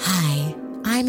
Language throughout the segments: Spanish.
Hi, I'm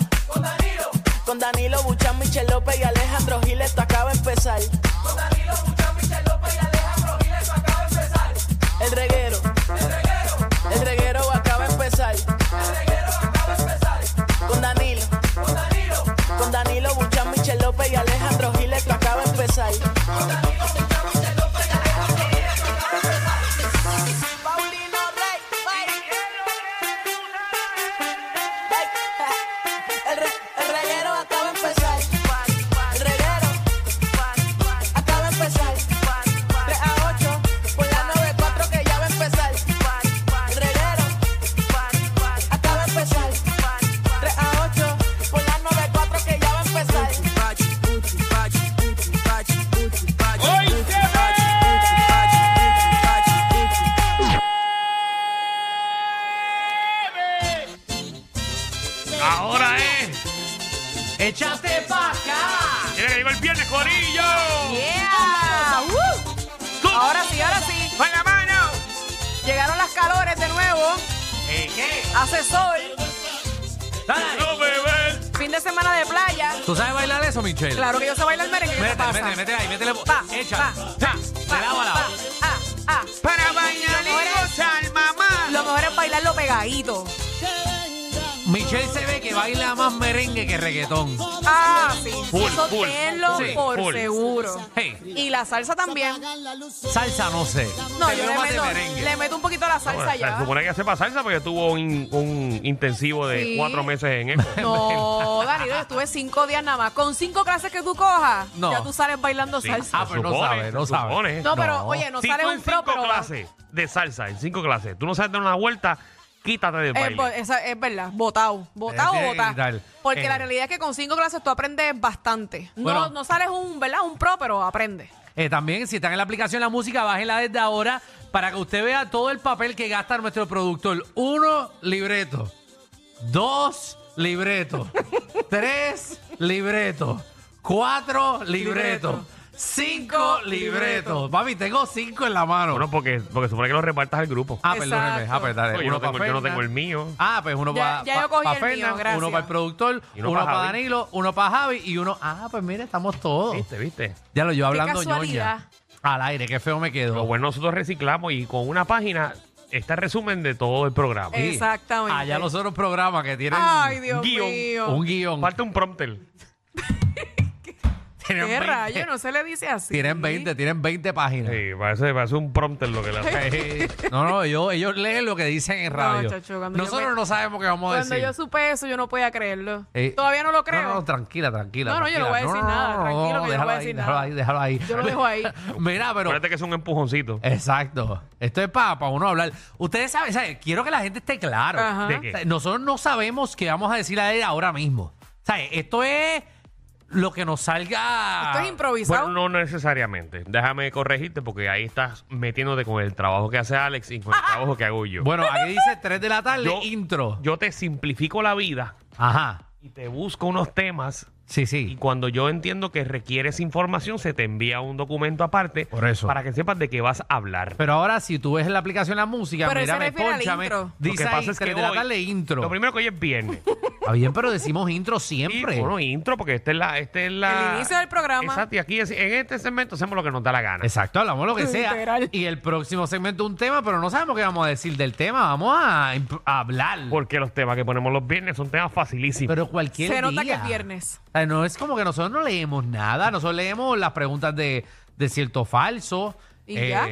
Con Danilo. Con Danilo Buchan, Michel López y Alejandro Giles, esto acaba de empezar. Con Danilo Buchan, Michel López y Alejandro Giles, esto acaba de empezar. El reguero. El reguero. El reguero acaba de empezar. El reguero acaba de empezar. Con Danilo. Con Danilo. Con Danilo Buchan, Michel López y Alejandro Giles, esto acaba de empezar. Paulino Rey, El, re- el reguero acaba de empezar. El reguero acaba de empezar. 3 a 8 por la 94 que ya va a empezar. El reguero acaba de empezar. 3 a 8 por la 94 que ya va a empezar. Ahora es. ¡Échate pa' acá! Mira que llegó el viernes, Corillo. ¡Yeah! ¡Woo! Ahora sí, ahora sí. ¡Con la mano! Llegaron las calores de nuevo. Hace sol. ¿Eh? ¡No bebés! Fin de semana de playa. ¿Tú sabes bailar eso, Michelle? Claro que yo sé bailar merengue. ¿Qué te Métele, pasa? métele, métele ahí, métele. Pa, Échale. pa, Ta, pa, de lado a lado. pa, ah, ah. Para bañar y gozar, mamá. Lo mejor es bailarlo pegadito. Michelle se ve que baila más merengue que reggaetón. Ah, sí. Full, Eso full. tenlo Sí, por full. seguro. Hey, Y la salsa también. salsa no sé. No, Te yo veo le más de meto, merengue. le meto un poquito la salsa se ya. supone que hace para salsa porque tuvo un, un intensivo de Sí. cuatro meses en eco. No, Danilo, yo estuve cinco días nada más. Con cinco clases que tú cojas, No. ya tú sales bailando Sí, salsa. Ah, pero no supone, sabe, no se sabe. supone. No, pero No. oye, no si sale tú un en pro, cinco pero va- clases de salsa, en cinco clases, tú no sabes dar una vuelta, quítate del Es, bo- baile. Eh, pues, esa- es verdad, votado, votado, tiene que votado. quitar. Porque Eh. la realidad es que con cinco clases tú aprendes bastante. No, Bueno. no sales un, ¿verdad? Un pro, pero aprendes. Eh, también, si están en la aplicación La Música, bájela desde ahora para que usted vea todo el papel que gasta nuestro productor. Uno, libreto. Dos, libreto. Tres, libreto. Cuatro, libreto. Libreto. Cinco, Cinco, libreto. libretos. Papi, tengo cinco en la mano. Bueno, porque, porque supone que lo repartas al grupo. Ah, perdóname. Exacto. Ah, pues dale. Oye, yo, uno no tengo, pa' yo no Fernan. tengo el mío. Ah, pues uno Ya- para ya yo cogí el mío, gracias. uno para el productor, Y uno, uno pa' para Javi. Danilo, uno para Javi y uno. Ah, pues mira, estamos todos. ¿Viste, viste? Ya lo yo hablando casualidad. ñoña. Al aire, qué feo me Lo quedó. bueno, nosotros reciclamos y con una página está el resumen de todo el programa. Eh, Exactamente. Allá los otros programas que tienen Ay, Dios guión, mío. un guión. Falta un prompter. Tienen ¿Qué 20, rayo? No se le dice así. tienen 20, tienen 20 páginas. Sí, parece, parece un prompter lo que le hace. Eh, no, no, ellos, ellos leen lo que dicen en No, radio. chacho, cuando yo Nosotros me- no sabemos qué vamos a Cuando decir. yo supe eso, yo no podía creerlo. Eh, Todavía no lo creo. No, no, tranquila, tranquila. No, no, yo no tranquila. voy a decir nada, tranquilo, que yo no voy a déjalo ahí, decir déjalo nada. ahí, déjalo ahí. Yo lo dejo ahí. Mira, pero Acuérdate que es un empujoncito. Eh, Exacto. Esto es para, uno hablar. Ustedes saben, ¿saben? quiero que la gente esté claro. Ajá. ¿De qué? Nosotros no sabemos qué vamos a decir a él ahora mismo. ¿Sabes? Esto es lo que nos salga. Esto es improvisado. Bueno, no necesariamente. Déjame corregirte porque ahí estás metiéndote con el trabajo que hace Alex y con el trabajo que hago yo. Bueno, aquí dice 3 de la tarde, Yo- intro. Yo te simplifico la vida Ajá. y te busco unos temas Sí, y sí. cuando yo entiendo que requieres información se te envía un documento aparte Por eso. para que sepas de qué vas a hablar. Pero ahora, si tú ves en la aplicación la música, Pero él se mírame, refiere al ponchame. intro. Dice ahí 3 de la hoy- tarde, intro. Lo primero que hoy es viernes. Está bien, pero decimos intro siempre. Y, bueno, intro, porque este es la, este es la. El inicio del programa. Exacto, y aquí es- en este segmento hacemos lo que nos da la gana. Exacto, hablamos lo que sea. Literal. Y el próximo segmento un tema, pero no sabemos qué vamos a decir del tema. Vamos a, imp- a hablar. Porque los temas que ponemos los viernes son temas facilísimos. Pero cualquier Se nota que día. es viernes. O sea, No es como que nosotros no leemos nada. Nosotros leemos las preguntas de, de cierto falso. Y eh, ya.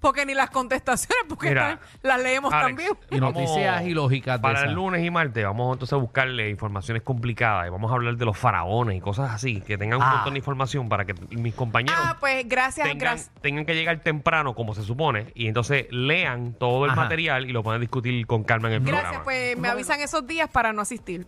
Porque ni las contestaciones, porque mira, están- las leemos Alex, también. Y vamos- noticias ilógicas de Para el esas. lunes y martes vamos entonces a buscarle informaciones complicadas y vamos a hablar de los faraones y cosas así, que tengan un Ah. montón de información para que t- mis compañeros Ah, pues gracias, tengan, gracias. tengan que llegar temprano como se supone y entonces lean todo el Ajá. material y lo puedan discutir con calma en el Gracias, programa. pues me avisan esos días para no asistir.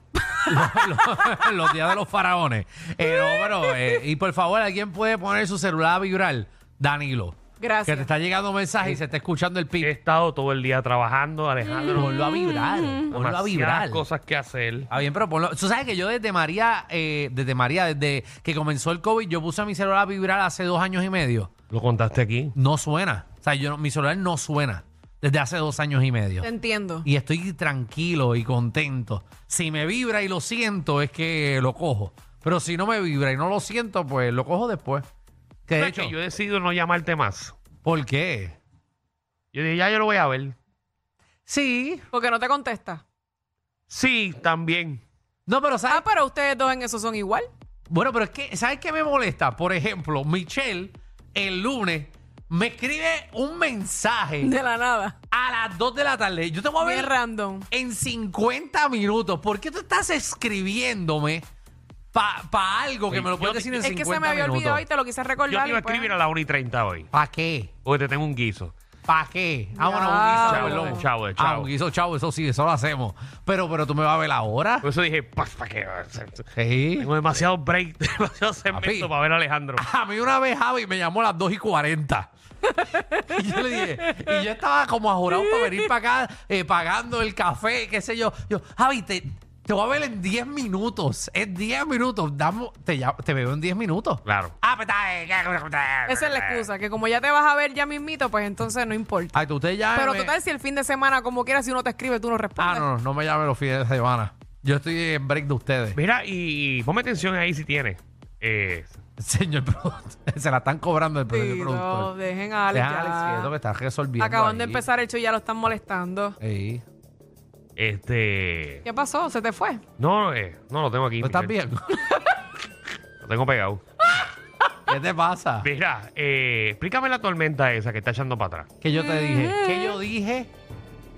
los, los días de los faraones. Eh, no, pero, eh, y por favor, alguien puede poner su celular a vibrar, Danilo. Gracias. Que te está llegando mensaje y se está escuchando el pip. He estado todo el día trabajando, Alejandro. Ponlo a vibrar. Ponlo a demasiadas vibrar. cosas que hacer. Está bien, pero ponlo. Tú sabes que yo desde María, eh, desde María, desde que comenzó el COVID, yo puse mi celular a vibrar hace dos años y medio. Lo contaste aquí. No suena. O sea, yo, no- mi celular no suena desde hace dos años y medio. Te entiendo. Y estoy tranquilo y contento. Si me vibra y lo siento, es que lo cojo. Pero si no me vibra y no lo siento, pues lo cojo después. Que de ¿Sabes hecho, que yo he decidido no llamarte más. ¿por qué? Yo dije, ya yo lo voy a ver. Sí. Porque no te contesta. Sí, también. No, pero Ah, ¿sabes? pero ustedes dos en eso son igual. Bueno, pero es que, ¿sabes qué me molesta? Por ejemplo, Michelle, el lunes, me escribe un mensaje De la nada. a las 2 de la tarde. Yo te voy a Bien ver random. en 50 minutos. ¿Por qué tú estás escribiéndome para algo que me lo yo puedes te- decir en Es 50 que minutos? se me había olvidado y te lo quise recordar. Yo te iba a y pues- escribir a la 1 y 30 hoy. ¿Para qué? Porque te tengo un guiso. ¿Para qué? Ah, bueno, Chavo, un guiso, perdón. chavo, de Ah, chavo. un guiso, chavo, eso sí, eso lo hacemos. Pero, pero tú me vas a ver ahora. Por eso dije, ¿para qué? Sí. Tengo demasiado break, demasiado Papi. segmento para ver a Alejandro. A mí una vez Javi me llamó a las 2 y 40. y yo le dije, y yo estaba como ajurado para venir para acá eh, pagando el café, qué sé yo. Yo, Javi, te, te voy a ver en 10 minutos. En 10 minutos. Damos, te, llamo- te veo en 10 minutos. Claro. Ah, pues, está bien. Esa es la excusa, que como ya te vas a ver ya mismito, pues entonces no importa. Ay, tú te llamas. Pero total, si el fin de semana, como quieras, si uno te escribe, tú no Ah, respondes. no, no, no me llamen los fines de semana. Yo estoy en break de ustedes. Mira, y, y ponme atención ahí si tienes. Eh, Señor productor, se la están cobrando el Sí, señor no, productor. dejen a Alex. Deja a ya. Alex quieto que está resolviendo. Acaban de ahí. empezar el show y ya lo están molestando. Ey. este. ¿Qué pasó? ¿Se te fue? No, eh, no lo tengo aquí. ¿No estás Michelle. bien? Lo tengo pegado. ¿Qué te pasa? Mira, eh, explícame la tormenta esa que está echando para atrás. Que yo te dije. Que yo dije.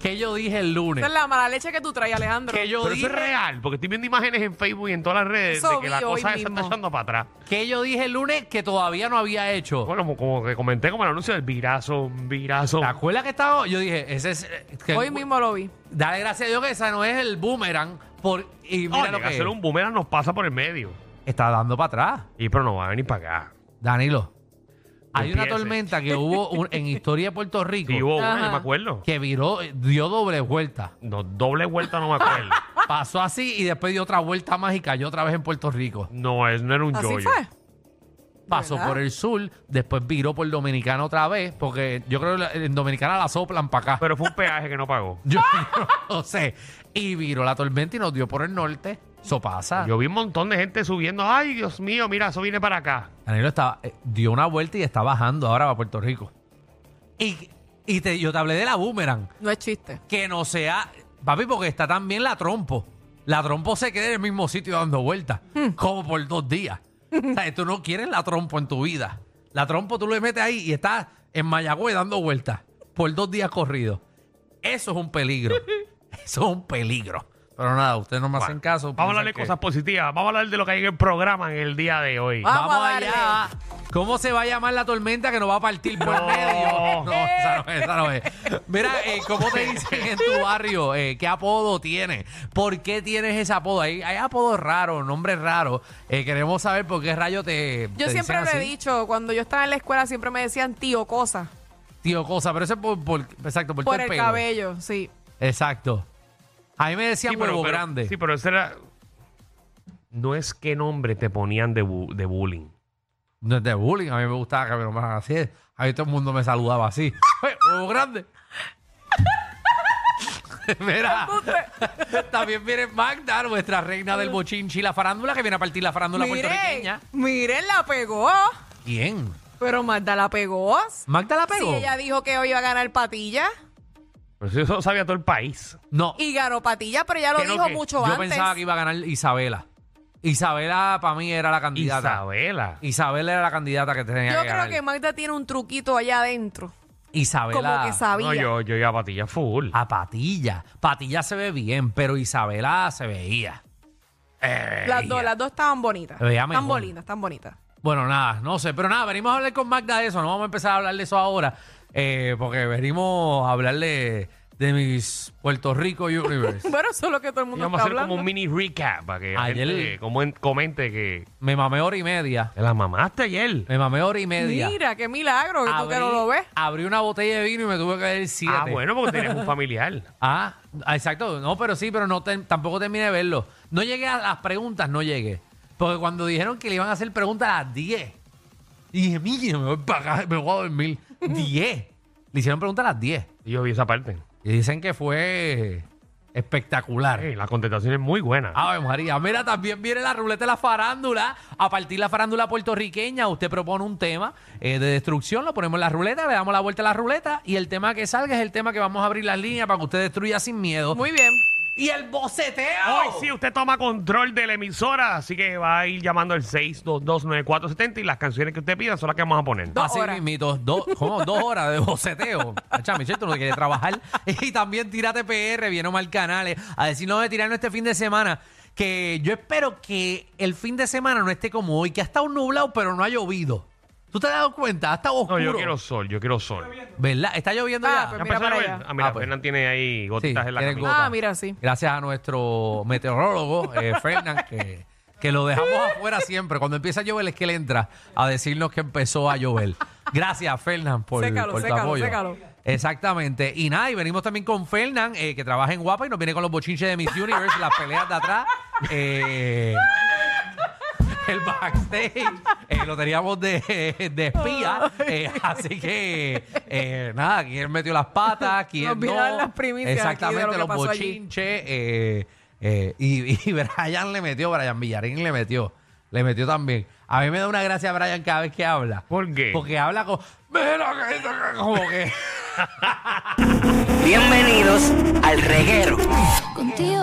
Que yo dije el Esa lunes. es la mala leche que tú traes, Alejandro. Que yo Pero eso dije. es real, porque estoy viendo imágenes en Facebook y en todas las redes Eso de que la vi hoy cosa esa está mismo. echando para atrás. Que yo dije el lunes que todavía no había hecho. Bueno, como, como que comenté como el anuncio del virazo, virazo. ¿Te acuerdas que estaba? Yo dije, ese es. eh, que- Hoy mismo lo vi. Dale gracias a Dios que esa no es el boomerang. Por, y mira Oye, lo que. hacer un boomerang nos pasa por el medio. Está dando para atrás. Y pero no va a venir para acá. Danilo. Hay una empieces. tormenta que hubo un- en historia de Puerto Rico. Y hubo una, Ajá. yo me acuerdo. que viró, eh, dio doble vuelta. No, doble vuelta no me acuerdo. Pasó así y después dio otra vuelta más y cayó otra vez en Puerto Rico. No, es, no era un Así yoyo. fue. Pasó ¿Verdad? por el sur, después viró por Dominicana otra vez, porque yo creo que la- en Dominicana la soplan para acá. Pero fue un peaje que no pagó. Yo no sé. Y viró la tormenta y nos dio por el norte. Eso Ah. pasa. Yo vi un montón de gente subiendo. Ay, Dios mío, mira, eso viene para acá. Danilo estaba, eh, dio una vuelta y está bajando ahora para Puerto Rico. Y, y te- yo te hablé de la boomerang. No es chiste. que no sea. Papi, porque está también la trompo. La trompo se queda en el mismo sitio dando vueltas, Hmm. como por dos días. o sea, tú no quieres la trompo en tu vida. La trompo tú le metes ahí y estás en Mayagüez dando vueltas por dos días corridos. Eso es un peligro. Eso es un peligro. Pero nada, ustedes no me hacen caso. Vamos a hablar de piensan cosas positivas. Vamos a hablar de lo que hay en el programa en el día de hoy. Ah, que- Vamos Vamos a darle. allá. ¿Cómo se va a llamar la tormenta que nos va a partir por No. medio? No, esa no es, esa no es. Mira, eh, ¿cómo te dicen en tu barrio? Eh, ¿Qué apodo tienes? ¿Por qué tienes ese apodo? Hay, hay apodos raros, nombres raros. Eh, queremos saber por qué rayo te. Yo te siempre dicen lo he así. dicho, cuando yo estaba en la escuela siempre me decían tío cosa. Tío, cosa, pero eso es por. por- exacto, por, Por todo el pelo. cabello, sí. Exacto. A mí me decían huevo grande. Sí, pero ese era. No es qué nombre te ponían de, bu- de bullying. No es de bullying, a mí me gustaba que me lo hagan así. A mí todo el mundo me saludaba así. ¡Eh, huevo grande! Mira, también viene Magda, nuestra reina del bochinchi, la farándula, que viene a partir la farándula Miren, puertorriqueña. miren, la pegó. ¿Quién? Pero Magda la pegó. ¿Magda la Sí, pegó? ella dijo que hoy iba a ganar Patilla Pero si eso lo sabía todo el país. no. y ganó Patilla, pero ella lo Que no, dijo que mucho yo antes. pensaba que iba a ganar Isabela. Isabela para mí era la candidata. Isabela. Isabela era la candidata que tenía Yo que creo ganar. que Magda tiene un truquito allá adentro. Isabela. Como que sabía. No, yo, yo iba a patilla full. A Patilla. Patilla se ve bien, pero Isabela se veía. Eh, las dos, las dos estaban bonitas. Se veía Están mejor. bonitas, están bonitas. Bueno, nada, no sé, pero nada, venimos a hablar con Magda de eso, no vamos a empezar a hablar de eso ahora, eh, porque venimos a hablarle de mis Puerto Rico Universe. Bueno, eso es lo que todo el mundo Vamos a está hacer hablando. como un mini recap para que la Ayer- gente comen- comente que, me mamé hora y media, que la mamaste ayer. me mamé hora y media. Mira, qué milagro que tú que no lo ves. abrí una botella de vino y me tuve que ver siete. Ah, bueno, porque tenemos un familiar. Ah, ah, exacto. No, pero sí, pero no te- tampoco terminé de verlo. No llegué a las preguntas, no llegué. Porque cuando dijeron que le iban a hacer preguntas a las 10, y dije, mire, me voy para acá, me voy a dormir. 10. Le hicieron preguntas a las 10. Y yo vi esa parte. Y dicen que fue espectacular. Ey, Eh, la contestación es muy buena. Ave María, mira, también viene la ruleta de la farándula. A partir de la farándula puertorriqueña, usted propone un tema eh, de destrucción, lo ponemos en la ruleta, le damos la vuelta a la ruleta y el tema que salga es el tema que vamos a abrir las líneas para que usted destruya sin miedo. Muy bien. Y el boceteo. Hoy sí, usted toma control de la emisora, así que va a ir llamando al 6229470 y las canciones que usted pida son las que vamos a poner. Dos Así horas. mismito, dos, ¿cómo? dos horas de boceteo. Achá, Michelle, tú no quieres trabajar. Y también tírate PR, viene Omar Canales, a decirnos de tirarnos este fin de semana. Que yo espero que el fin de semana no esté como hoy, que ha estado nublado, pero no ha llovido. ¿Tú te has dado cuenta? Ha estado No, oscuro. yo quiero sol, yo quiero sol. ¿Verdad? ¿Está lloviendo Ah, ya? pues ¿Ya mira empezaron para a ver? allá. Ah, mira, Ah, pues. Fernán tiene ahí gotitas Sí, en la tiene camisa. gotas. Ah, mira, sí. Gracias a nuestro meteorólogo, eh, Fernán, que, que lo dejamos afuera siempre. Cuando empieza a llover es que él entra a decirnos que empezó a llover. Gracias, Fernán, por, Sécalo, por tu sécalo, apoyo. sécalo. Exactamente. Y nada, y venimos también con Fernán, eh, que trabaja en Guapa y nos viene con los bochinches de Miss Universe, las peleas de atrás. eh, el backstage eh, lo teníamos de, de espía. eh, así que, eh, nada, quién metió las patas, quién Nos no. vienen las primicias aquí de Exactamente, lo que los pasó allí. bochinches. eh, eh, y, y Brian le metió, Brian Villarín le metió. Le metió también. A mí me da una gracia Brian cada vez que habla. ¿Por qué? Porque habla como. "Mira que esto que-", Como que. Bienvenidos al reguero. Contigo